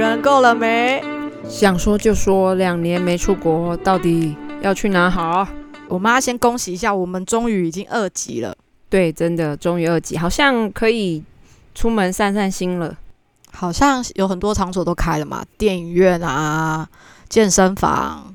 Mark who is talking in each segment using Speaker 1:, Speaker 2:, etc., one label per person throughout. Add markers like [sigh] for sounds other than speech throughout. Speaker 1: 玩够了没？
Speaker 2: 想说就说，两年没出国，到底要去哪好？
Speaker 1: 我们要先恭喜一下，我们终于已经二级了，
Speaker 2: 对，真的终于二级，好像可以出门散散心了。
Speaker 1: 好像有很多场所都开了嘛，电影院啊、健身房、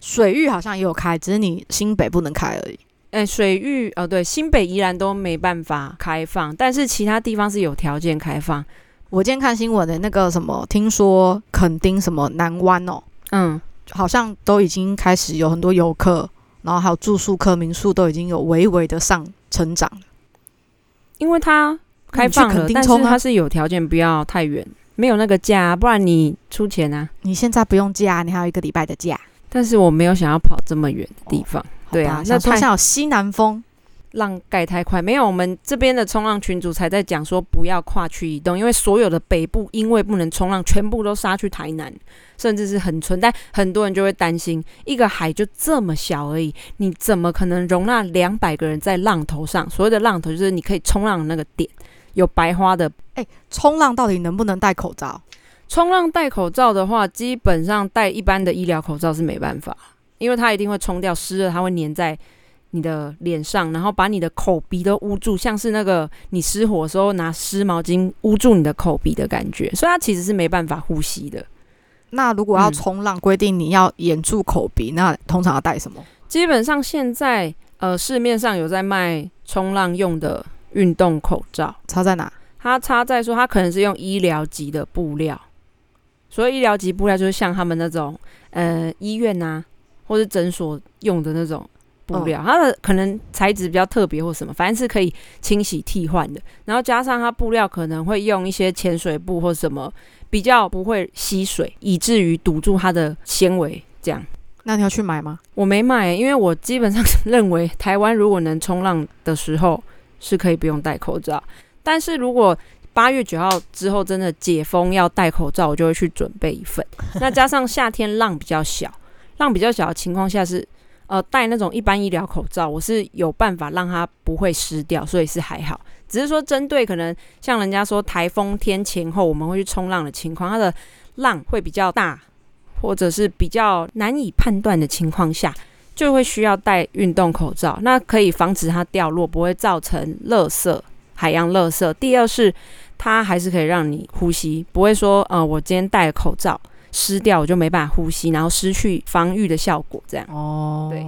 Speaker 1: 水域好像也有开，只是你新北不能开而已。
Speaker 2: 哎，水域哦，对，新北、宜兰都没办法开放，但是其他地方是有条件开放。
Speaker 1: 我今天看新闻的那个什么，听说垦丁什么南湾哦，
Speaker 2: 嗯，
Speaker 1: 好像都已经开始有很多游客，然后还有住宿客、民宿都已经有微微的上成长了。
Speaker 2: 因为它
Speaker 1: 那
Speaker 2: 开
Speaker 1: 你去
Speaker 2: 放
Speaker 1: 垦
Speaker 2: 了，
Speaker 1: 丁
Speaker 2: 但是
Speaker 1: 冲啊
Speaker 2: 它是有条件，不要太远，没有那个价、不然你出钱啊。
Speaker 1: 你现在不用假，你还有一个礼拜的假。
Speaker 2: 但是我没有想要跑这么远的地方，
Speaker 1: 好
Speaker 2: 对
Speaker 1: 吧
Speaker 2: 啊，那
Speaker 1: 想说
Speaker 2: 太
Speaker 1: 像有西南风，
Speaker 2: 浪盖太快，没有，我们这边的冲浪群主才在讲说不要跨区移动，因为所有的北部因为不能冲浪，全部都杀去台南，甚至是恒春。但很多人就会担心，一个海就这么小而已，你怎么可能容纳两百个人在浪头上？所谓的浪头就是你可以冲浪的那个点，有白花的。
Speaker 1: 哎、冲浪到底能不能戴口罩？
Speaker 2: 冲浪戴口罩的话，基本上戴一般的医疗口罩是没办法，因为它一定会冲掉湿了，它会粘在你的脸上，然后把你的口鼻都捂住，像是那个你失火的时候拿湿毛巾捂住你的口鼻的感觉，所以它其实是没办法呼吸的。
Speaker 1: 那如果要
Speaker 2: 嗯
Speaker 1: 冲浪，规定你要掩住口鼻，那通常要戴什么？
Speaker 2: 基本上现在呃市面上有在卖冲浪用的运动口罩，
Speaker 1: 差在哪？
Speaker 2: 它差在说它可能是用医疗级的布料，所以医疗级布料就是像他们那种呃医院呐、或是诊所用的那种布料，它的可能材质比较特别或什么，反正是可以清洗替换的。然后加上它布料可能会用一些潜水布或什么，比较不会吸水，以至于堵住它的纤维这样。
Speaker 1: 那你要去买吗？
Speaker 2: 我没买，因为我基本上 [laughs] 认为台湾如果能冲浪的时候是可以不用戴口罩，但是如果八月九号之后真的解封要戴口罩，我就会去准备一份。那加上夏天浪比较小，浪比较小的情况下是，呃，戴那种一般医疗口罩，我是有办法让它不会湿掉，所以是还好。只是说针对可能像人家说台风天前后我们会去冲浪的情况，它的浪会比较大，或者是比较难以判断的情况下，就会需要戴运动口罩，那可以防止它掉落，不会造成垃圾、海洋垃圾。第二是它还是可以让你呼吸，不会说呃我今天戴了口罩湿掉我就没办法呼吸，然后失去防御的效果这样。
Speaker 1: 哦
Speaker 2: 对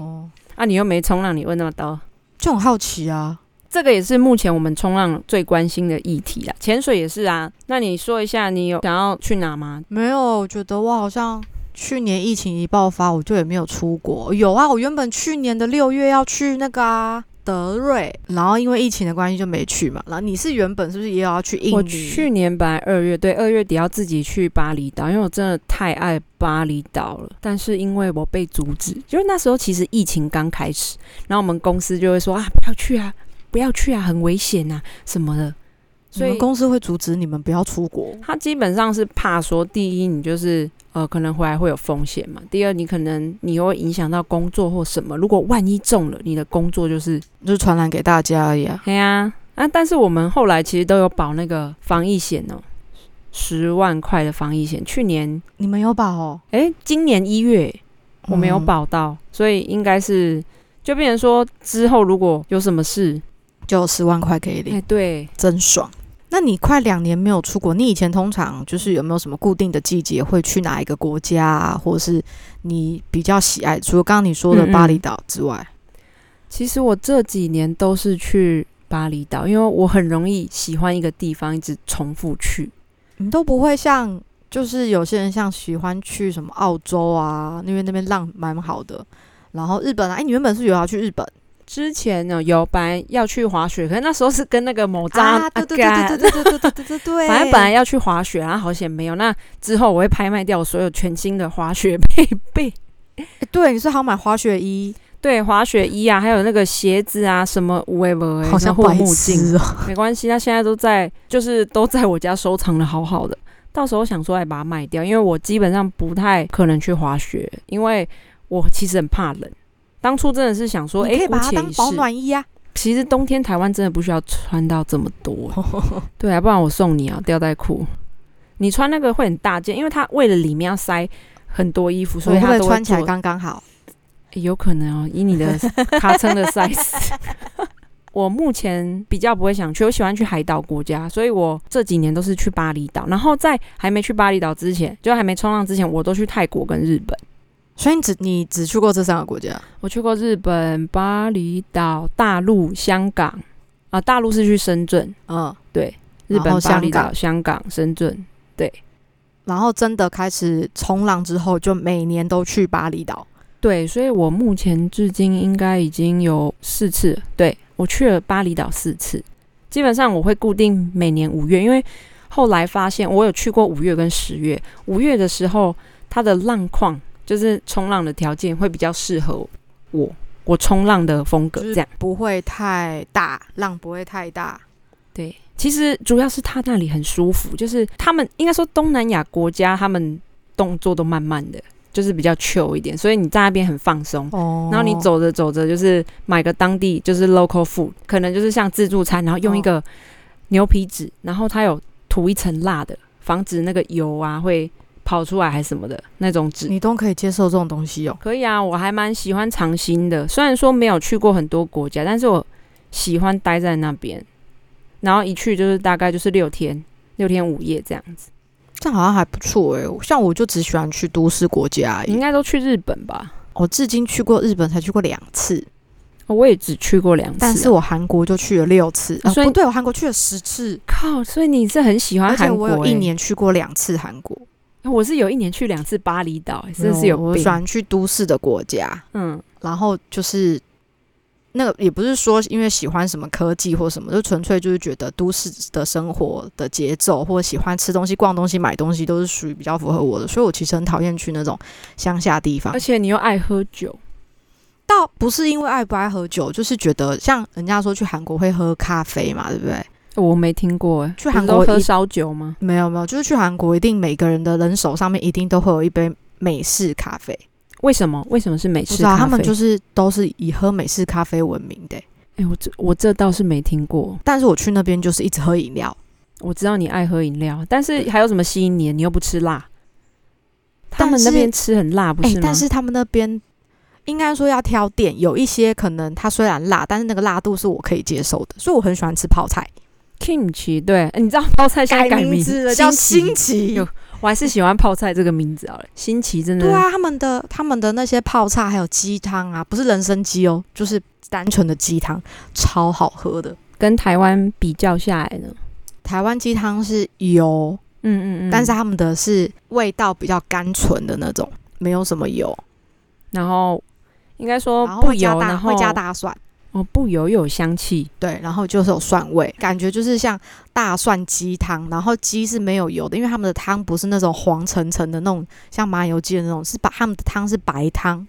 Speaker 2: 啊，你又没冲浪，你问那么多？
Speaker 1: 就很好奇啊。
Speaker 2: 这个也是目前我们冲浪最关心的议题啦，潜水也是啊。那你说一下，你有想要去哪吗？
Speaker 1: 没有，我觉得我好像去年疫情一爆发，我就也没有出国。有啊，我原本去年的六月要去那个啊德瑞，然后因为疫情的关系就没去嘛。然后你是原本是不是也有要去印尼？
Speaker 2: 我去年本来二月对二月底要自己去巴厘岛，因为我真的太爱巴厘岛了。但是因为我被阻止，就是那时候其实疫情刚开始，然后我们公司就会说啊，不要去啊，不要去啊，很危险啊什么的。
Speaker 1: 你
Speaker 2: 所以
Speaker 1: 们公司会阻止你们不要出国。
Speaker 2: 他基本上是怕说，第一，你就是呃，可能回来会有风险嘛；第二，你可能你又会影响到工作或什么。如果万一中了，你的工作就是
Speaker 1: 就是传染给大家而已啊。
Speaker 2: 哎呀啊！但是我们后来其实都有保那个防疫险哦，十万块的防疫险。去年
Speaker 1: 你们有把哦？
Speaker 2: 哎，今年一月我没有
Speaker 1: 嗯
Speaker 2: 保到，所以应该是就变成说之后如果有什么事，
Speaker 1: 就十万块可以领
Speaker 2: 哎，，对，
Speaker 1: 真爽。那你快两年没有出国，你以前通常就是有没有什么固定的季节会去哪一个国家啊，或者是你比较喜爱？除了刚刚你说的
Speaker 2: 嗯嗯
Speaker 1: 巴厘岛之外，
Speaker 2: 其实我这几年都是去巴厘岛，因为我很容易喜欢一个地方，一直重复去。
Speaker 1: 你都不会像就是有些人像喜欢去什么澳洲啊，因为那边浪蛮好的。然后日本啊，哎，你原本是有要去日本
Speaker 2: 之前呢，有本来要去滑雪，可是那时候是跟那个某渣
Speaker 1: 啊？对对对对对对对对对对对，
Speaker 2: 反正本来要去滑雪，然后好险没有。那之后我会拍卖掉我所有全新的滑雪 [laughs] 配备，
Speaker 1: 哎对你是好买滑雪衣，
Speaker 2: 对，滑雪衣啊，还有那个鞋子啊，什么无为不为，
Speaker 1: 好像
Speaker 2: 护
Speaker 1: 白
Speaker 2: 目镜，
Speaker 1: 痴哦。
Speaker 2: 没关系，它现在都在，就是都在我家收藏的好好的。到时候想说来哎把它卖掉，因为我基本上不太可能去滑雪，因为我其实很怕冷。当初真的是想说，
Speaker 1: 你
Speaker 2: 哎、
Speaker 1: 可以
Speaker 2: 我
Speaker 1: 把它
Speaker 2: 且
Speaker 1: 当
Speaker 2: 一
Speaker 1: 保
Speaker 2: 试。
Speaker 1: 暖衣啊。
Speaker 2: 其实冬
Speaker 1: [laughs]
Speaker 2: 天台湾真的不需要穿到这么多，对啊，不然我送你啊，吊带裤。你穿那个会很大件，因为它为了里面要塞很多衣服，所以
Speaker 1: 我会
Speaker 2: 它
Speaker 1: 不
Speaker 2: 都
Speaker 1: 会穿起来
Speaker 2: 做
Speaker 1: 刚刚好？
Speaker 2: 有可能哦，以你
Speaker 1: [laughs]
Speaker 2: 的卡称的 size。我目前比较不会想去，我喜欢去海岛国家，所以我这几年都是去巴厘岛。然后在还没去巴厘岛之前，就还没冲浪之前，我都去泰国跟日本。
Speaker 1: 所以你只你只去过这三个国家，
Speaker 2: 我去过日本、巴厘岛、大陆、香港啊，大陆是去深圳，
Speaker 1: 嗯，
Speaker 2: 对，日
Speaker 1: 然
Speaker 2: 本
Speaker 1: 后、
Speaker 2: 巴
Speaker 1: 香
Speaker 2: 厘岛、
Speaker 1: 港
Speaker 2: 香港、深圳。
Speaker 1: 然后真的开始冲浪之后，就每年都去巴厘岛。
Speaker 2: 对，所以我目前至今应该已经有四次了，对我去了巴厘岛四次。基本上我会固定每年五月，因为后来发现我有去过五月跟十月。五月的时候，它的浪况就是冲浪的条件会比较适合我，我冲浪的风格
Speaker 1: 就
Speaker 2: 这
Speaker 1: 是
Speaker 2: 样。
Speaker 1: 不会太大，浪不会太大。
Speaker 2: 对，其实主要是他那里很舒服，就是他们应该说东南亚国家，他们动作都慢慢的，就是比较 chill 一点，所以你在那边很放松。
Speaker 1: 哦
Speaker 2: 然后你，走着走着，就是买个当地就是 local food，可能就是像自助餐，然后用一个牛皮纸，然后它有涂一层蜡的，防止那个油啊会跑出来还是什么的那种纸。
Speaker 1: 你都可以接受这种东西哦。
Speaker 2: 可以啊，我还蛮喜欢长兴的。虽然说没有去过很多国家，但是我喜欢待在那边，然后一去就是大概就是六天，六天五夜这样子。
Speaker 1: 这样好像还不错诶、像我就只喜欢去都市国家而
Speaker 2: 你应
Speaker 1: 已。
Speaker 2: 该都去日本吧？
Speaker 1: 我至今去过日本才去过两次，
Speaker 2: 哦我也只去过两次啊、
Speaker 1: 但是我韩国就去了六次，啊、
Speaker 2: 所以
Speaker 1: 不对，我韩国去了十次，
Speaker 2: 靠，所以你是很喜欢
Speaker 1: 而且
Speaker 2: 韩
Speaker 1: 我
Speaker 2: 国、欸？
Speaker 1: 有一，年去过两次韩国，嗯
Speaker 2: 我是有一年去两次巴厘岛、欸，真的是有
Speaker 1: 哎我
Speaker 2: 病
Speaker 1: 喜。欢去都市的国家，
Speaker 2: 嗯，
Speaker 1: 然后就是。那个也不是说因为喜欢什么科技或什么，就纯粹就是觉得都市的生活的节奏，或者喜欢吃东西、逛东西、买东西，都是属于比较符合我的，所以我其实很讨厌去那种乡下地方
Speaker 2: 而。且你又爱喝酒，
Speaker 1: 倒不是因为爱不爱喝酒，就是觉得像人家说去韩国会喝咖啡嘛，对不对？
Speaker 2: 我没听过、欸。
Speaker 1: 去韩
Speaker 2: 不是都
Speaker 1: 国
Speaker 2: 喝
Speaker 1: 一
Speaker 2: 烧酒吗？
Speaker 1: 没有没有，就是去韩国一定每个人的人手上面一定都会有一杯美式咖啡，
Speaker 2: 为什么？为什么是美
Speaker 1: 不
Speaker 2: 式
Speaker 1: 知道
Speaker 2: 咖啡？
Speaker 1: 他们就是都是以喝美式咖啡闻名的欸、
Speaker 2: 哎、我这我这倒是没听过。
Speaker 1: 但是我去那边就是一直喝饮料，
Speaker 2: 我知道你爱喝饮料，但是还有什么吸引你？你又不吃辣，他
Speaker 1: 但
Speaker 2: 们那
Speaker 1: 是
Speaker 2: 边吃很辣，不
Speaker 1: 哎、
Speaker 2: 是吗？
Speaker 1: 但是他们那边应该说要挑店，有一些可能它虽然辣，但是那个辣度是我可以接受的，所以我很喜欢吃泡菜，
Speaker 2: kimchi 对，哎你知道泡菜现在改
Speaker 1: 名字了
Speaker 2: 了，
Speaker 1: 叫
Speaker 2: 新
Speaker 1: 新
Speaker 2: 奇，
Speaker 1: 奇
Speaker 2: 有。我还是喜欢泡菜这个名字好了。新奇真的，
Speaker 1: 对啊，他们的他们的那些泡菜还有鸡汤啊，不是人参鸡哦，就是单纯的鸡汤，超好喝的。
Speaker 2: 跟台湾比较下来呢，
Speaker 1: 台湾鸡汤是油，
Speaker 2: 嗯嗯嗯，
Speaker 1: 但是他们的是味道比较甘醇的那种，没有什么油，
Speaker 2: 然后应该说
Speaker 1: 然后
Speaker 2: 哦不
Speaker 1: 会加
Speaker 2: 油，
Speaker 1: 大
Speaker 2: 然后
Speaker 1: 会加大蒜，
Speaker 2: 哦不油又有香气，
Speaker 1: 对，然后就是有蒜味，感觉就是像大蒜鸡汤，然后鸡是没有油的，因为他们的汤不是那种黄澄澄的那种像麻油鸡的那种，是把他们的汤是白汤，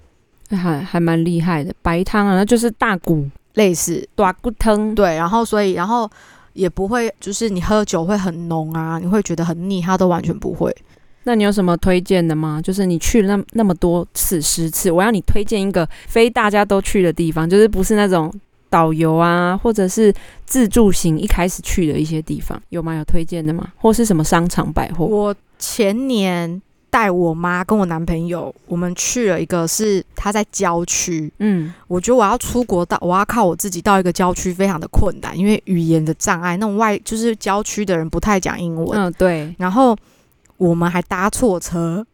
Speaker 2: 哎还还蛮厉害的。白汤啊，那就是大骨
Speaker 1: 类似
Speaker 2: 大骨汤，
Speaker 1: 对，然后所以然后也不会，就是你喝酒会很浓啊，你会觉得很腻，它都完全不会。
Speaker 2: 那你有什么推荐的吗？就是你去了那那么多次，十次，我要你推荐一个非大家都去的地方，就是不是那种导游啊，或者是自助型一开始去的一些地方，有吗？有推荐的吗？或是什么商场百货？
Speaker 1: 我前年带我妈跟我男朋友，我们去了一个是他在郊区，
Speaker 2: 嗯，
Speaker 1: 我觉得我要出国到，我要靠我自己到一个郊区非常的困难，因为语言的障碍，那种外就是郊区的人不太讲英文，
Speaker 2: 嗯，对，
Speaker 1: 然后。我们还搭错车，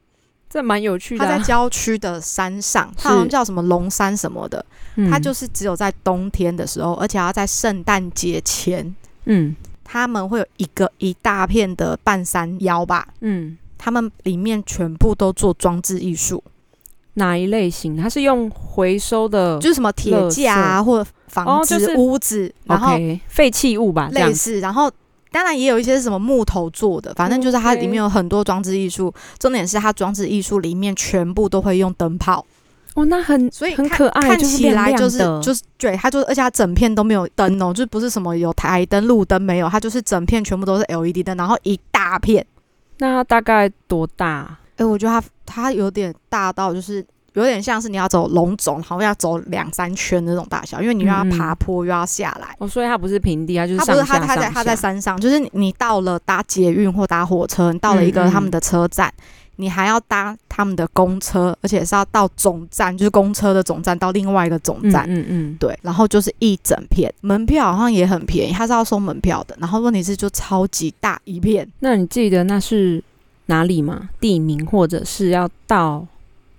Speaker 2: 这蛮有趣的、
Speaker 1: 他在
Speaker 2: 啊。
Speaker 1: 郊区的山上，他好像
Speaker 2: 是
Speaker 1: 叫什么龙山什么的，
Speaker 2: 嗯
Speaker 1: 它就是只有在冬天的时候，而且要在圣诞节前，
Speaker 2: 嗯
Speaker 1: 他们会有一个一大片的半山腰吧，
Speaker 2: 嗯，
Speaker 1: 他们里面全部都做装置艺术，
Speaker 2: 哪一类型？它是用回收的，
Speaker 1: 就是什么铁架啊，或者房子、
Speaker 2: 哦就是
Speaker 1: 屋子，然后
Speaker 2: OK 废弃物啊吧，这样
Speaker 1: 类似，然后。当然也有一些是什么木头做的，反正就是它
Speaker 2: 哦 OK
Speaker 1: 里面有很多装置艺术。重点是它装置艺术里面全部都会用灯泡，
Speaker 2: 哦，那很
Speaker 1: 所以
Speaker 2: 很
Speaker 1: 看
Speaker 2: 可爱，
Speaker 1: 看
Speaker 2: 啊就是
Speaker 1: 起来
Speaker 2: 亮亮
Speaker 1: 就是
Speaker 2: 的
Speaker 1: 就是对，它就是，而且它整片都没有灯哦，就不是什么有台灯、路灯没有，它就是整片全部都是 LED 灯，然后一大片。
Speaker 2: 那它大概多大啊？
Speaker 1: 哎、我觉得它它有点大到，就是有点像是你要走龙总，然后要走两三圈的那种大小，因为你又要
Speaker 2: 嗯
Speaker 1: 爬坡又要下来。
Speaker 2: 哦，所以它不是平地，它就是
Speaker 1: 它
Speaker 2: 上
Speaker 1: 不
Speaker 2: 下
Speaker 1: 是
Speaker 2: 上下。
Speaker 1: 它，它在它在山上，就是你你到了搭捷运或搭火车，你到了一
Speaker 2: 嗯
Speaker 1: 个
Speaker 2: 嗯
Speaker 1: 他们的车站，你还要搭他们的公车，而且是要到总站，就是公车的总站到另外一个总
Speaker 2: 嗯
Speaker 1: 站。
Speaker 2: 嗯嗯，
Speaker 1: 对，然后就是一整片，门票好像也很便宜，它是要收门票的。然后问题是就超级大一片，
Speaker 2: 那你记得那是哪里吗？地名或者是要到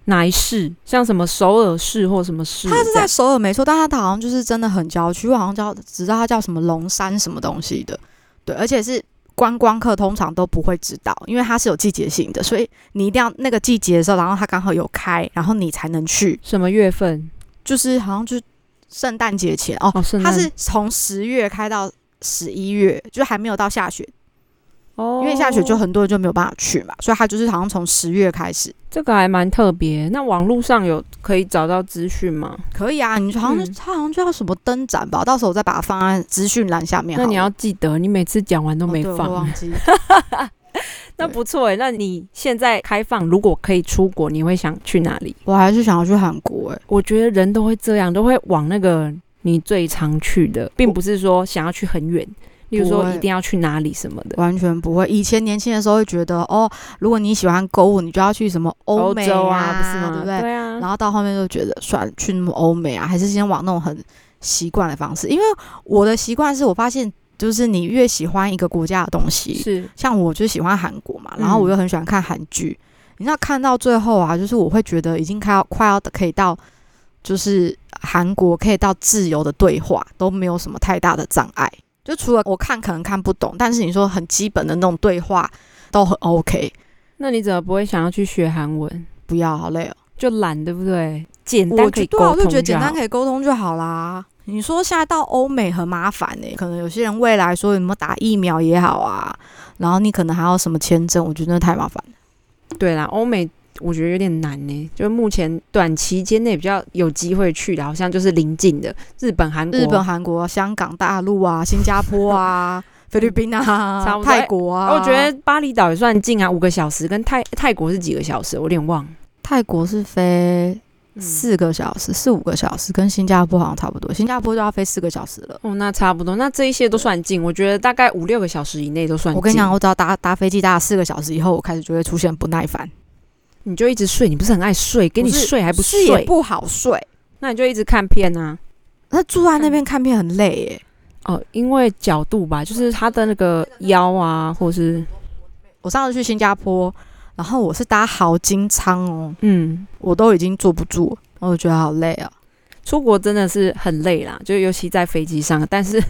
Speaker 2: 哪一市？像什么首尔市或什么市这
Speaker 1: 它
Speaker 2: 样？
Speaker 1: 是在首尔没错，但它好像就是真的很郊区，我好像叫只知道它叫什么龙山什么东西的，对，而且是观光客通常都不会知道，因为它是有季节性的，所以你一定要那个季节的时候，然后它刚好有开，然后你才能去，
Speaker 2: 什么月份？
Speaker 1: 就是好像就是圣诞节前哦，
Speaker 2: 哦，圣
Speaker 1: 它
Speaker 2: 诞
Speaker 1: 是从十月开到十一月，就还没有到下雪，
Speaker 2: 哦，
Speaker 1: 因为下雪就很多人就没有办法去嘛，所以它就是好像从十月开始。
Speaker 2: 这个还蛮特别。那网络上有可以找到资讯吗？
Speaker 1: 可以啊，你好像、
Speaker 2: 嗯
Speaker 1: 它好像就叫什么灯展吧，到时候我再把它放在资讯栏下面好
Speaker 2: 那
Speaker 1: 了。
Speaker 2: 你要记得，你每次讲完
Speaker 1: 哦
Speaker 2: 都没
Speaker 1: 对我
Speaker 2: 放。
Speaker 1: 忘
Speaker 2: [laughs]
Speaker 1: 记。
Speaker 2: 那不错哎，那你现在开放，如果可以出国，你会想去哪里？
Speaker 1: 我还是想要去韩国哎、
Speaker 2: 我觉得人都会这样，都会往那个你最常去的，并不是说想要去很远，例如
Speaker 1: 不
Speaker 2: 说
Speaker 1: 会
Speaker 2: 一定要去哪里什么的。
Speaker 1: 完全不会。以前年轻的时候会觉得哦，如果你喜欢购物，你就要去什么欧美
Speaker 2: 洲
Speaker 1: 啊，
Speaker 2: 不是吗？
Speaker 1: 对不对？
Speaker 2: 对啊，
Speaker 1: 然后到后面就觉得，算了，去那么欧美啊，还是先往那种很习惯的方式。因为我的习惯是我发现，就是你越喜欢一个国家的东西，
Speaker 2: 是
Speaker 1: 像我就喜欢韩国嘛，然后
Speaker 2: 嗯
Speaker 1: 我又很喜欢看韩剧。你知道看到最后啊，就是我会觉得已经快要快要可以到，就是韩国可以到自由的对话都没有什么太大的障碍。就除了我看可能看不懂，但是你说很基本的那种对话都很 OK。
Speaker 2: 那你怎么不会想要去学韩文？
Speaker 1: 不要，好累哦。
Speaker 2: 就懒，对不对？简单
Speaker 1: 我
Speaker 2: 可
Speaker 1: 就
Speaker 2: 以
Speaker 1: 对啊，
Speaker 2: 沟
Speaker 1: 我就
Speaker 2: 通
Speaker 1: 觉得简单
Speaker 2: 以。
Speaker 1: 可以沟通就好啦。你说现在到欧美很麻烦呢、可能有些人未来说有没有打疫苗也好啊，然后你可能还要什么签证，我觉得那太麻烦了。
Speaker 2: 对啦，欧美我觉得有点难呢，就目前短期间内比较有机会去的，好像就是邻近的日本、韩国、
Speaker 1: 日本、韩国、香港、大陆 [laughs] 啊、新加坡啊、菲律宾
Speaker 2: 差
Speaker 1: 啊
Speaker 2: 不、多
Speaker 1: 泰国啊。
Speaker 2: 哦我觉得巴厘岛也算近啊，五个小时，跟泰泰国是几个小时？我有点忘。
Speaker 1: 泰国是飞四个小时、四五个小时，跟新加坡好像差不多。新加坡就要飞四个小时了。
Speaker 2: 哦，那差不多，那这一些都算近，我觉得大概五六个小时以内都算近。
Speaker 1: 我跟你讲，我只要搭搭飞机搭了四个小时以后，我开始就会出现不耐烦，
Speaker 2: 你就一直睡，你不是很爱睡，给你
Speaker 1: 不是
Speaker 2: 睡还不
Speaker 1: 是也
Speaker 2: 睡，
Speaker 1: 不好睡。
Speaker 2: 那你就一直看片啊。
Speaker 1: 那住在那边看片很累耶、
Speaker 2: 哦，因为角度吧，就是他的那个腰啊，或是
Speaker 1: 我上次去新加坡，然后我是搭豪金舱哦，
Speaker 2: 嗯，
Speaker 1: 我都已经坐不住了，我觉得好累啊。
Speaker 2: 出国真的是很累啦，就尤其在飞机上，但是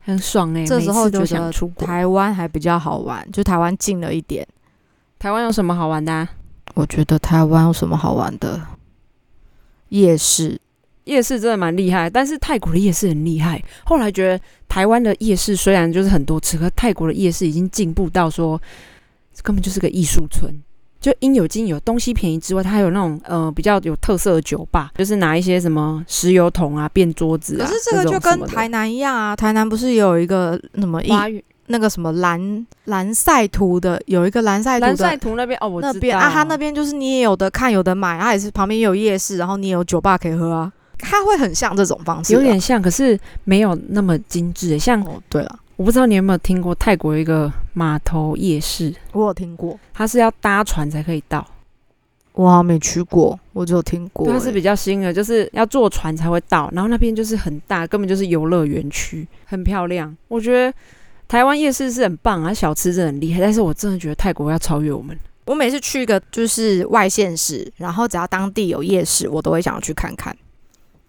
Speaker 2: 很爽哎、
Speaker 1: 这时候
Speaker 2: 每次都
Speaker 1: 觉得
Speaker 2: 想出国。台
Speaker 1: 台湾还比较好玩，就台湾近了一点。
Speaker 2: 台湾有什么好玩的、啊？
Speaker 1: 我觉得台湾有什么好玩的？夜市，
Speaker 2: 夜市真的蛮厉害，但是泰国的夜市很厉害。后来觉得台湾的夜市虽然就是很多吃，可泰国的夜市已经进步到说根本就是个艺术村，就应有尽有，东西便宜之外，它还有那种呃比较有特色的酒吧，就是拿一些什么石油桶啊变桌子
Speaker 1: 可
Speaker 2: 啊，
Speaker 1: 是这个
Speaker 2: 那种
Speaker 1: 就
Speaker 2: 什
Speaker 1: 跟
Speaker 2: 么的
Speaker 1: 台南一样啊，台南不是有一个什么一
Speaker 2: 花园、
Speaker 1: 那个什么蓝蓝晒图的，有一个蓝晒图
Speaker 2: 蓝晒
Speaker 1: 的。
Speaker 2: 图那边哦，我知道
Speaker 1: 哎那边啊，它那边就是你也有的看，有的买，它也是旁边也有夜市，然后你也有酒吧可以喝啊，它会很像这种方式啊、
Speaker 2: 有点像，可是没有那么精致。欸像
Speaker 1: 哦，对了，
Speaker 2: 我不知道你有没有听过泰国有一个码头夜市，
Speaker 1: 我有听过，
Speaker 2: 它是要搭船才可以到。
Speaker 1: 我好像没去过，我只有听过、
Speaker 2: 对，它是
Speaker 1: 欸
Speaker 2: 比较新的，就是要坐船才会到，然后那边就是很大，根本就是游乐园区，很漂亮。我觉得台湾夜市是很棒啊，小吃真的很厉害，但是我真的觉得泰国要超越我们。
Speaker 1: 我每次去一个就是外县市，然后只要当地有夜市，我都会想要去看看。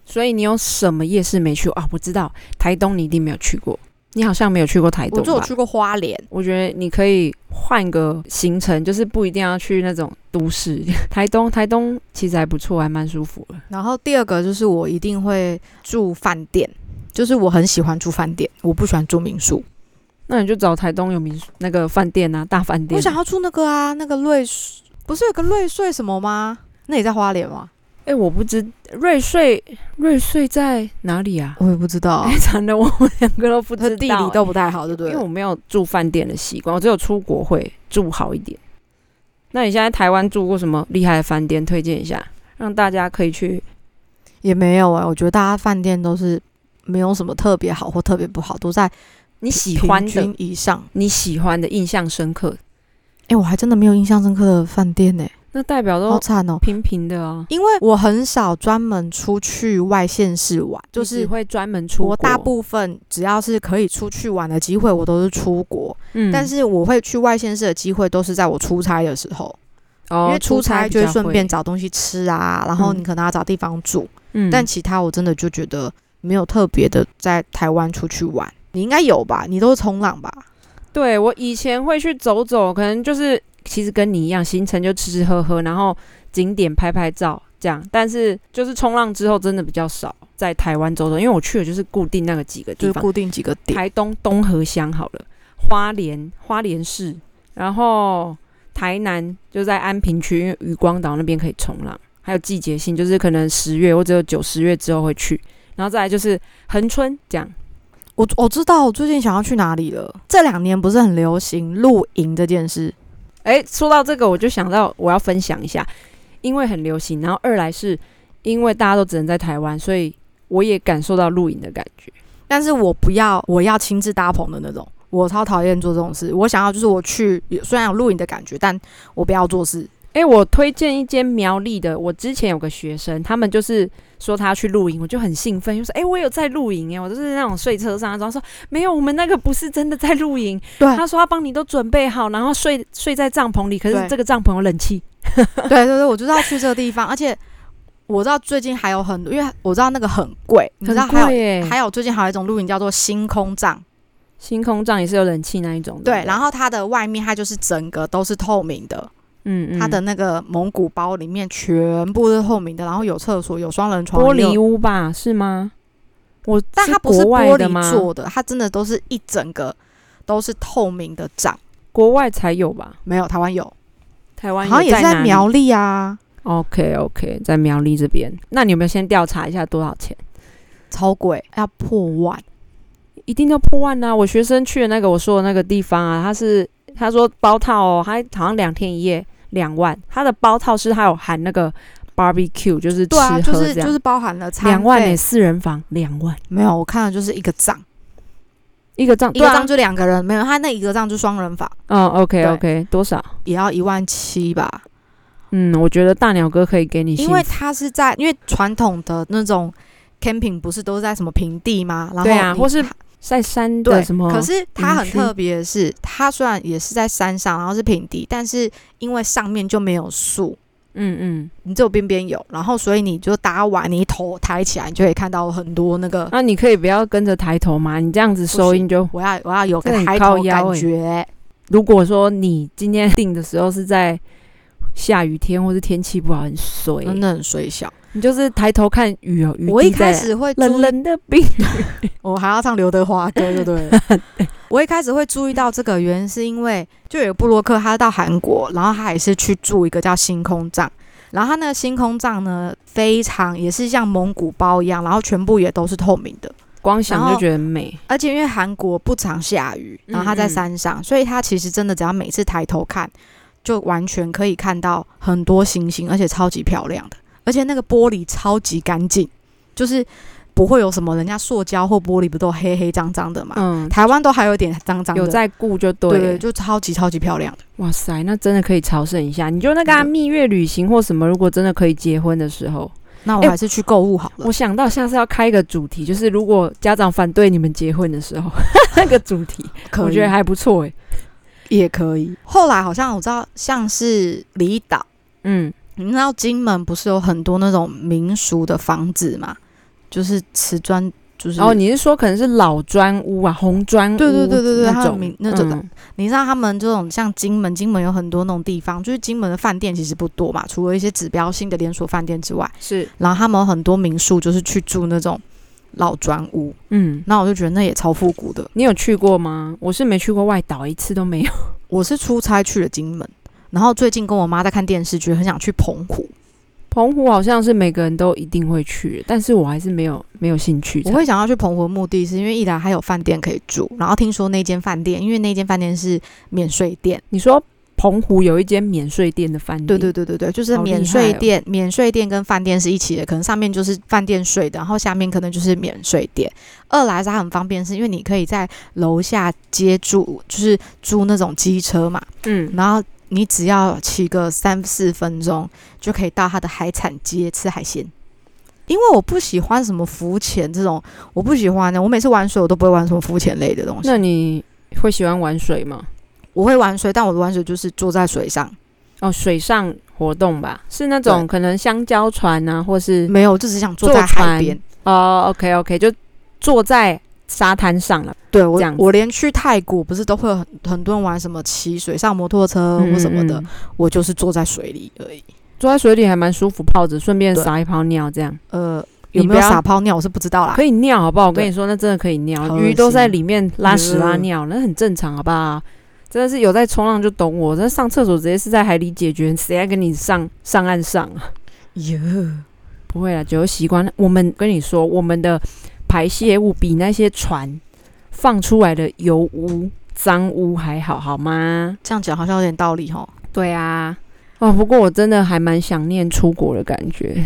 Speaker 2: 所以你有什么夜市没去过啊？我知道台东你一定没有去过，你好像没有去过台
Speaker 1: 我
Speaker 2: 东
Speaker 1: 就有
Speaker 2: 吧？
Speaker 1: 去过花莲，
Speaker 2: 我觉得你可以换个行程，就是不一定要去那种都市。 [laughs] 台东，台东其实还不错，还蛮舒服的。
Speaker 1: 然后第二个就是我一定会住饭店，就是我很喜欢住饭店，我不喜欢住民宿。
Speaker 2: 那你就找台东有民宿那个饭店啊，大饭店。
Speaker 1: 我想要住那个啊，那个瑞穗，不是有个瑞穗什么吗？那也在花莲吗？
Speaker 2: 哎、我不知瑞穗，瑞穗在哪里啊？
Speaker 1: 我也不知道 [laughs]
Speaker 2: 哎、，惨了，我们两个都不知
Speaker 1: 它
Speaker 2: 道、
Speaker 1: 哦地理都不太好，对不
Speaker 2: 因为
Speaker 1: 对？
Speaker 2: 我没有住饭店的习惯，我只有出国会住好一点。那你现在台湾住过什么厉害的饭店？推荐一下。让大家可以去
Speaker 1: 也没有哎、我觉得大家饭店都是没有什么特别好或特别不好，都在
Speaker 2: 你喜
Speaker 1: 平
Speaker 2: 欢的、
Speaker 1: 均以上。
Speaker 2: 你喜欢的、印象深刻，
Speaker 1: 哎、我还真的没有印象深刻的饭店呢、
Speaker 2: 那代表
Speaker 1: 好
Speaker 2: 都
Speaker 1: 惨哦、
Speaker 2: 平平的啊，
Speaker 1: 因为我很少专门出去外县市玩，就
Speaker 2: 你只
Speaker 1: 是
Speaker 2: 会专门出
Speaker 1: 我
Speaker 2: 国，
Speaker 1: 大部分只要是可以出去玩的机会，我都是出国。
Speaker 2: 嗯，
Speaker 1: 但是我会去外县市的机会都是在我出差的时候，
Speaker 2: 哦，
Speaker 1: 因为出差
Speaker 2: 比
Speaker 1: 就会
Speaker 2: 较
Speaker 1: 顺便，找东西吃啊，然后你
Speaker 2: 嗯
Speaker 1: 可能要找地方住。
Speaker 2: 嗯，
Speaker 1: 但其他我真的就觉得没有特别的在台湾出去玩，你应该有吧？你都是冲浪吧？
Speaker 2: 对我以前会去走走，可能就是其实跟你一样，行程就吃吃喝喝，然后景点拍拍照这样。但是就是冲浪之后，真的比较少在台湾走走，因为我去的就是固定那个几个
Speaker 1: 就
Speaker 2: 地
Speaker 1: 是
Speaker 2: 方，
Speaker 1: 固定几个点。
Speaker 2: 台东东河乡好了，花莲花莲市，然后台南就在安平区，因为渔光岛那边可以冲浪，还有季节性，就是可能十月或者有九十月之后会去，然后再来就是恒春这样。
Speaker 1: 我我知道我最近想要去哪里了。这两年不是很流行露营这件事，
Speaker 2: 哎，说到这个，我就想到我要分享一下，因为很流行，然后二来是因为大家都只能在台湾，所以我也感受到露营的感觉。
Speaker 1: 但是我不要我要亲自搭棚的那种，我超讨厌做这种事。我想要就是我去，虽然有露营的感觉，但我不要做事。
Speaker 2: 哎，我推荐一间苗栗的，我之前有个学生，他们就是说他要去露营，我就很兴奋，就说哎，我有在露营哎，我就是那种睡车上，然后说没有，我们那个不是真的在露营，
Speaker 1: 对
Speaker 2: 他说他帮你都准备好，然后睡睡在帐篷里，可
Speaker 1: 对
Speaker 2: 是这个帐篷有冷气，
Speaker 1: [laughs] 对对对，我就是要去这个地方，而且我知道最近还有很多，因为我知道那个很贵，你知道
Speaker 2: 很
Speaker 1: 还有
Speaker 2: 贵耶，
Speaker 1: 还有最近还有一种露营叫做星空帐，
Speaker 2: 星空帐也是有冷气那一种，
Speaker 1: 对，
Speaker 2: 不
Speaker 1: 然后它的外面它就是整个都是透明的，
Speaker 2: 嗯嗯，
Speaker 1: 它的那个蒙古包里面全部都是透明的，然后有厕所，有双人床，
Speaker 2: 玻
Speaker 1: 有
Speaker 2: 璃屋吧？是吗？我
Speaker 1: 但它不
Speaker 2: 是
Speaker 1: 是
Speaker 2: 国
Speaker 1: 玻
Speaker 2: 外的吗
Speaker 1: 璃？做的，它真的都是一整个都是透明的帐，
Speaker 2: 国外才有吧？
Speaker 1: 没有台湾有，
Speaker 2: 台湾
Speaker 1: 好像也是在苗
Speaker 2: 栗。
Speaker 1: 栗啊，
Speaker 2: OK OK，在苗栗这边。那你有没有先调查一下多少钱？
Speaker 1: 超贵，要破万，
Speaker 2: 一定要破万啊！我学生去的那个我说的那个地方啊，他是他说包套哦，他好像两天一夜两万，他的包套是还有含那个 barbecue，就是吃
Speaker 1: 对啊，
Speaker 2: 喝
Speaker 1: 就是
Speaker 2: 这样。
Speaker 1: 就是包含了餐
Speaker 2: 两万
Speaker 1: 费
Speaker 2: 诶、四人房两万
Speaker 1: 没有，我看的就是一个帐，
Speaker 2: 一个帐，
Speaker 1: 一个
Speaker 2: 对啊
Speaker 1: 帐就两个人，没有，它那一个帐就双人房，
Speaker 2: 嗯，OK
Speaker 1: 对
Speaker 2: OK，多少？
Speaker 1: 也要一万七吧。
Speaker 2: 嗯，我觉得大鸟哥可以给你幸
Speaker 1: 因
Speaker 2: 福，
Speaker 1: 为它是在因为传统的那种 camping 不是都是在什么平地吗？然后
Speaker 2: 对啊
Speaker 1: 你
Speaker 2: 或是在山
Speaker 1: 对
Speaker 2: 的什么？
Speaker 1: 可是它很
Speaker 2: 区
Speaker 1: 特别的是，它虽然也是在山上，然后是平地，但是因为上面就没有树，
Speaker 2: 嗯嗯，
Speaker 1: 你只有边边有，然后所以你就搭完，你头抬起来，你就可以看到很多那个。
Speaker 2: 那、你可以不要跟着抬头嘛，你这样子收音就。
Speaker 1: 我要我要有个
Speaker 2: 这很
Speaker 1: 抬
Speaker 2: 靠
Speaker 1: 头
Speaker 2: 腰
Speaker 1: 感
Speaker 2: 欸
Speaker 1: 觉，
Speaker 2: 如果说你今天定的时候是在下雨天或是天气不好很水，
Speaker 1: 真的很水小。
Speaker 2: 你就是抬头看雨哦，雨
Speaker 1: 嗯我一
Speaker 2: 滴在
Speaker 1: 开始会注
Speaker 2: [laughs] 冷
Speaker 1: 意
Speaker 2: 冷的
Speaker 1: [laughs]
Speaker 2: 冰，
Speaker 1: 我还要唱刘德华歌，对不 [laughs] 对？我一开始会注意到这个原因，是因为就有个布洛克，他到韩国，然后他也是去住一个叫星空帐，然后他那个星空帐呢，非常也是像蒙古包一样，然后全部也都是透明的，
Speaker 2: 光想
Speaker 1: 然
Speaker 2: 就
Speaker 1: 后
Speaker 2: 觉得很美。
Speaker 1: 而且因为韩国不常下雨，
Speaker 2: 嗯
Speaker 1: 然后他在山上，所以他其实真的只要每次抬头看，就完全可以看到很多星星，而且超级漂亮的，而且那个玻璃超级干净，就是不会有什么人家塑胶或玻璃不都黑黑脏脏的嘛，
Speaker 2: 嗯，
Speaker 1: 台湾都还有点脏脏的，
Speaker 2: 有在顾就对
Speaker 1: 对
Speaker 2: 了。
Speaker 1: 就超级超级漂亮的。
Speaker 2: 哇塞，那真的可以朝圣一下。你就那个、啊、
Speaker 1: 真的
Speaker 2: 蜜月旅行或什么，如果真的可以结婚的时候，
Speaker 1: 那我
Speaker 2: 哎
Speaker 1: 还是去购物好了。
Speaker 2: 我想到下次要开一个主题，就是如果家长反对你们结婚的时候， [laughs] 那个主题，
Speaker 1: 可以
Speaker 2: 我觉得还不错
Speaker 1: 欸
Speaker 2: 诶。
Speaker 1: 也可以。后来好像我知道，像是离岛，
Speaker 2: 嗯，
Speaker 1: 你知道金门不是有很多那种民俗的房子嘛，就是瓷砖，就是
Speaker 2: 然后哦你是说可能是老砖屋啊，红砖屋
Speaker 1: 对对对对对
Speaker 2: 那
Speaker 1: 它有
Speaker 2: 种
Speaker 1: 名那种的
Speaker 2: 嗯
Speaker 1: 你知道他们这种像金门，金门有很多那种地方，就是金门的饭店其实不多嘛，除了一些指标性的连锁饭店之外，
Speaker 2: 是
Speaker 1: 然后他们有很多民宿就是去住那种老砖屋，
Speaker 2: 嗯。
Speaker 1: 那我就觉得那也超复古的。
Speaker 2: 你有去过吗？我是没去过外岛，一次都没有。 [laughs]
Speaker 1: 我是出差去了金门，然后最近跟我妈在看电视剧，很想去澎湖。
Speaker 2: 澎湖好像是每个人都一定会去，但是我还是没有没有兴趣。
Speaker 1: 我会想要去澎湖的目的是因为一来还有饭店可以住，然后听说那间饭店，因为那间饭店是免税店，
Speaker 2: 你说澎湖有一间免税店的饭店，
Speaker 1: 对对对对对，就是
Speaker 2: 嗯好厉
Speaker 1: 免
Speaker 2: 害
Speaker 1: 税
Speaker 2: 哦
Speaker 1: 店，免税店跟饭店是一起的，可能上面就是饭店税的，然后下面可能就是免税店。二来是它很方便，是因为你可以在楼下接住，就是租那种机车嘛，
Speaker 2: 嗯，
Speaker 1: 然后你只要骑个三四分钟就可以到它的海产街吃海鲜。因为我不喜欢什么浮潜这种，我不喜欢的。我每次玩水我都不会玩什么浮潜类的东西。
Speaker 2: 那你会喜欢玩水吗？
Speaker 1: 我会玩水，但我的玩水就是坐在水上，
Speaker 2: 哦，水上活动吧，是那种可能香蕉船啊，或是
Speaker 1: 没有，我就只想坐
Speaker 2: 坐
Speaker 1: 在海
Speaker 2: 船
Speaker 1: 边。
Speaker 2: 哦，OK OK，就坐在沙滩上了，
Speaker 1: 对我
Speaker 2: 这样，子
Speaker 1: 我连去泰国不是都会有很很多人玩什么骑水上摩托车或什么的，
Speaker 2: 嗯嗯
Speaker 1: 我就是坐在水里而已。
Speaker 2: 坐在水里还蛮舒服，泡着顺便
Speaker 1: 对
Speaker 2: 撒一泡尿，这样
Speaker 1: 呃，
Speaker 2: 你
Speaker 1: 有
Speaker 2: 不
Speaker 1: 没有
Speaker 2: 要
Speaker 1: 撒泡尿我是不知道啦。
Speaker 2: 可以尿好不好？我跟
Speaker 1: 对
Speaker 2: 你说，那真的可以
Speaker 1: 好
Speaker 2: 尿，
Speaker 1: 恶
Speaker 2: 鱼都
Speaker 1: 心
Speaker 2: 在里面拉屎拉
Speaker 1: 嗯
Speaker 2: 尿，那很正常好不好？真的是有在冲浪就懂我，那上厕所直接是在海里解决，谁还跟你上上岸上 [laughs] 啊？
Speaker 1: 耶，
Speaker 2: 不会啦，酒后习惯。我们跟你说，我们的排泄物比那些船放出来的油污、脏污还好，好吗？
Speaker 1: 这样讲好像有点道理哈。
Speaker 2: 对啊。哦，不过我真的还蛮想念出国的感觉。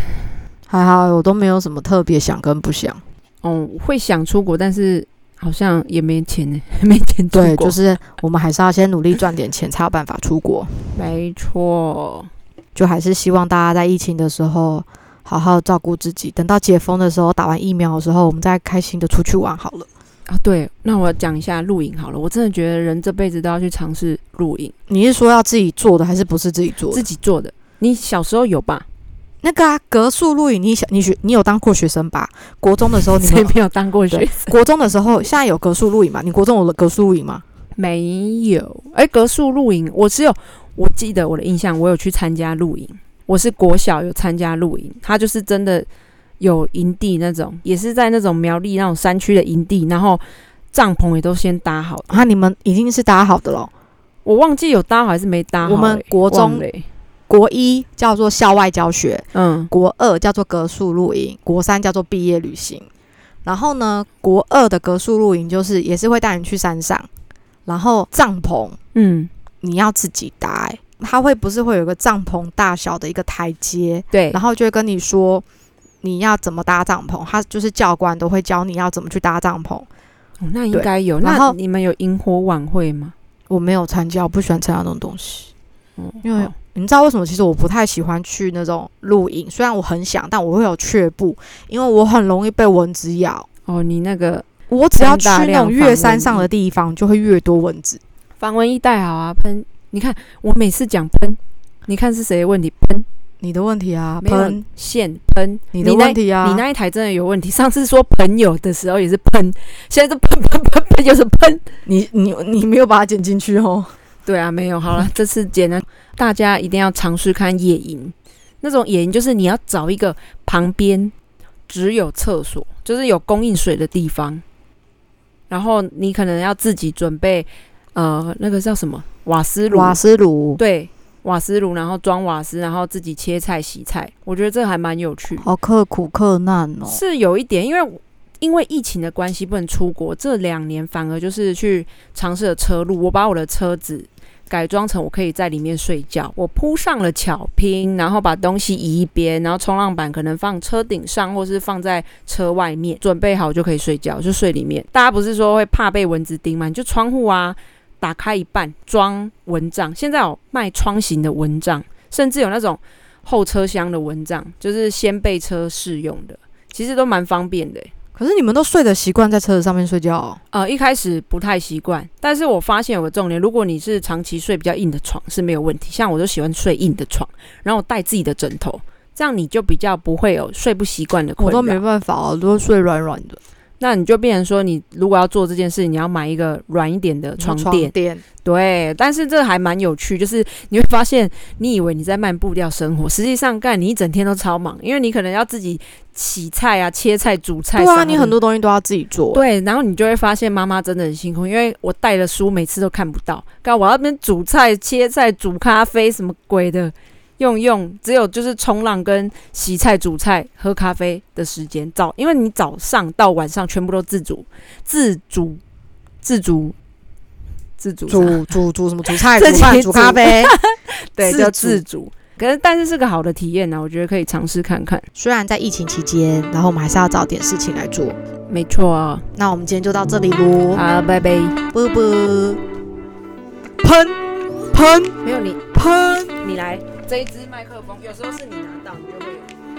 Speaker 1: 还好我都没有什么特别想跟不想，
Speaker 2: 哦，会想出国，但是好像也没钱呢， [laughs] 没钱出
Speaker 1: 对，
Speaker 2: 国。
Speaker 1: 就是我们还是要先努力赚点钱，才有办法出国。
Speaker 2: 没错。
Speaker 1: 就还是希望大家在疫情的时候好好照顾自己，等到解封的时候，打完疫苗的时候，我们再开心的出去玩好了。
Speaker 2: 啊，对，那我讲一下露营好了。我真的觉得人这辈子都要去尝试露营，
Speaker 1: 你是说要自己做的，还是不是自己做的
Speaker 2: 自？己做的。你小时候有吧？
Speaker 1: 那个啊，格数露营，你想你学你有当过学生吧？国中的时候哦你
Speaker 2: 谁
Speaker 1: 们
Speaker 2: [laughs] 没有当过学
Speaker 1: 对 [laughs] 国中的时候，现在有格数露营吗？你国中有格数露营吗？
Speaker 2: 没有，哎，格数露营，我只有我记得我的印象，我有去参加露营，我是国小有参加露营，它就是真的有营地那种，也是在那种苗栗那种山区的营地，然后帐篷也都先搭好，
Speaker 1: 啊，你们已经是搭好的咯。
Speaker 2: 我忘记有搭好还是没搭好、
Speaker 1: 我们
Speaker 2: 哎
Speaker 1: 国中
Speaker 2: 忘了哎
Speaker 1: 国一叫做校外教学，
Speaker 2: 嗯，
Speaker 1: 国二叫做格数露营，国三叫做毕业旅行。然后呢，国二的格数露营就是也是会带你去山上，然后帐篷
Speaker 2: 嗯，
Speaker 1: 你要自己搭、欸，它会不是会有一个帐篷大小的一个台阶，
Speaker 2: 对，
Speaker 1: 然后就会跟你说你要怎么搭帐篷，他就是教官都会教你要怎么去搭帐篷。
Speaker 2: 哦那应
Speaker 1: 对
Speaker 2: 该有。
Speaker 1: 然
Speaker 2: 那
Speaker 1: 后
Speaker 2: 你们有萤火晚会吗？
Speaker 1: 我没有参加，我不喜欢参加那种东西。
Speaker 2: 哦
Speaker 1: 因为
Speaker 2: 好
Speaker 1: 你知道为什么？其实我不太喜欢去那种露营，虽然我很想，但我会有却步，因为我很容易被蚊子咬。
Speaker 2: 哦，你那个
Speaker 1: 我只要去
Speaker 2: 大
Speaker 1: 那
Speaker 2: 量
Speaker 1: 种
Speaker 2: 防
Speaker 1: 越
Speaker 2: 蚊
Speaker 1: 山上的
Speaker 2: 液
Speaker 1: 地方，就会越多蚊子。
Speaker 2: 防蚊衣带好啊，喷。你看我每次讲喷，你看是谁的问题？喷
Speaker 1: 你的问题啊，
Speaker 2: 没有
Speaker 1: 喷
Speaker 2: 线喷，
Speaker 1: 你的
Speaker 2: 那
Speaker 1: 问题啊，
Speaker 2: 你那一台真的有问题。上次说朋友的时候也是喷，现在是喷喷喷喷，又是喷。
Speaker 1: 你你你没有把它剪进去哦。
Speaker 2: 对啊，没有好了，这次简单，大家一定要尝试看野营。那种野营就是你要找一个旁边只有厕所，就是有供应水的地方，然后你可能要自己准备，呃，那个叫什么瓦斯炉，
Speaker 1: 瓦斯炉
Speaker 2: 对，瓦斯炉，然后装瓦斯，然后自己切菜洗菜，我觉得这还蛮有趣的。
Speaker 1: 好刻苦克难哦。
Speaker 2: 是有一点，因为因为疫情的关系不能出国，这两年反而就是去尝试了车路。我把我的车子改装成我可以在里面睡觉，我铺上了巧拼，然后把东西移一边，然后冲浪板可能放车顶上，或是放在车外面，准备好就可以睡觉，就睡里面。大家不是说会怕被蚊子叮吗？你就窗户啊。打开一半装蚊帐，现在有卖窗型的蚊帐，甚至有那种后车厢的蚊帐，就是掀背车适用的。其实都蛮方便的欸。
Speaker 1: 可是你们都睡得习惯在车子上面睡觉、哦，
Speaker 2: 呃，一开始不太习惯，但是我发现有个重点，如果你是长期睡比较硬的床是没有问题，像我就喜欢睡硬的床，然后我带自己的枕头，这样你就比较不会有睡不习惯的
Speaker 1: 我
Speaker 2: 困
Speaker 1: 都没
Speaker 2: 扰。
Speaker 1: 办法、啊，都睡软软的
Speaker 2: 那你就变成说，你如果要做这件事，你要买一个软一点的床
Speaker 1: 床
Speaker 2: 垫，
Speaker 1: 垫。
Speaker 2: 对，但是这还蛮有趣，就是你会发现，你以为你在慢步调生活，实际上干你一整天都超忙，因为你可能要自己洗菜啊、切菜、煮菜，
Speaker 1: 对啊，
Speaker 2: 啥
Speaker 1: 你
Speaker 2: 的
Speaker 1: 很多东西都要自己做。
Speaker 2: 对，啊然后你就会发现妈妈真的很辛苦，因为我带的书每次都看不到，干我要那边煮菜、切菜、煮咖啡什么鬼的，用用只有就是冲浪跟洗菜、煮菜、喝咖啡的时间。早，因为你早上到晚上全部都自主、自主、自主、自主餐 [laughs]
Speaker 1: 煮煮煮什么煮菜、
Speaker 2: 自
Speaker 1: 煮
Speaker 2: 己
Speaker 1: 饭、煮
Speaker 2: 煮
Speaker 1: 咖
Speaker 2: [laughs]
Speaker 1: 啡。
Speaker 2: 对，
Speaker 1: 自
Speaker 2: 就
Speaker 1: 主
Speaker 2: 自主。可是，但是是个好的体验呢、啊我觉得可以尝试看看。
Speaker 1: 虽然在疫情期间，然后我们还是要找点事情来做。
Speaker 2: 没错啊，
Speaker 1: 那我们今天就到这里喽，
Speaker 2: 好，拜拜。
Speaker 1: 啵啵，喷喷
Speaker 2: 没有你，
Speaker 1: 喷。
Speaker 2: 你来这一支麦克风，有时候是你拿到，你就会有。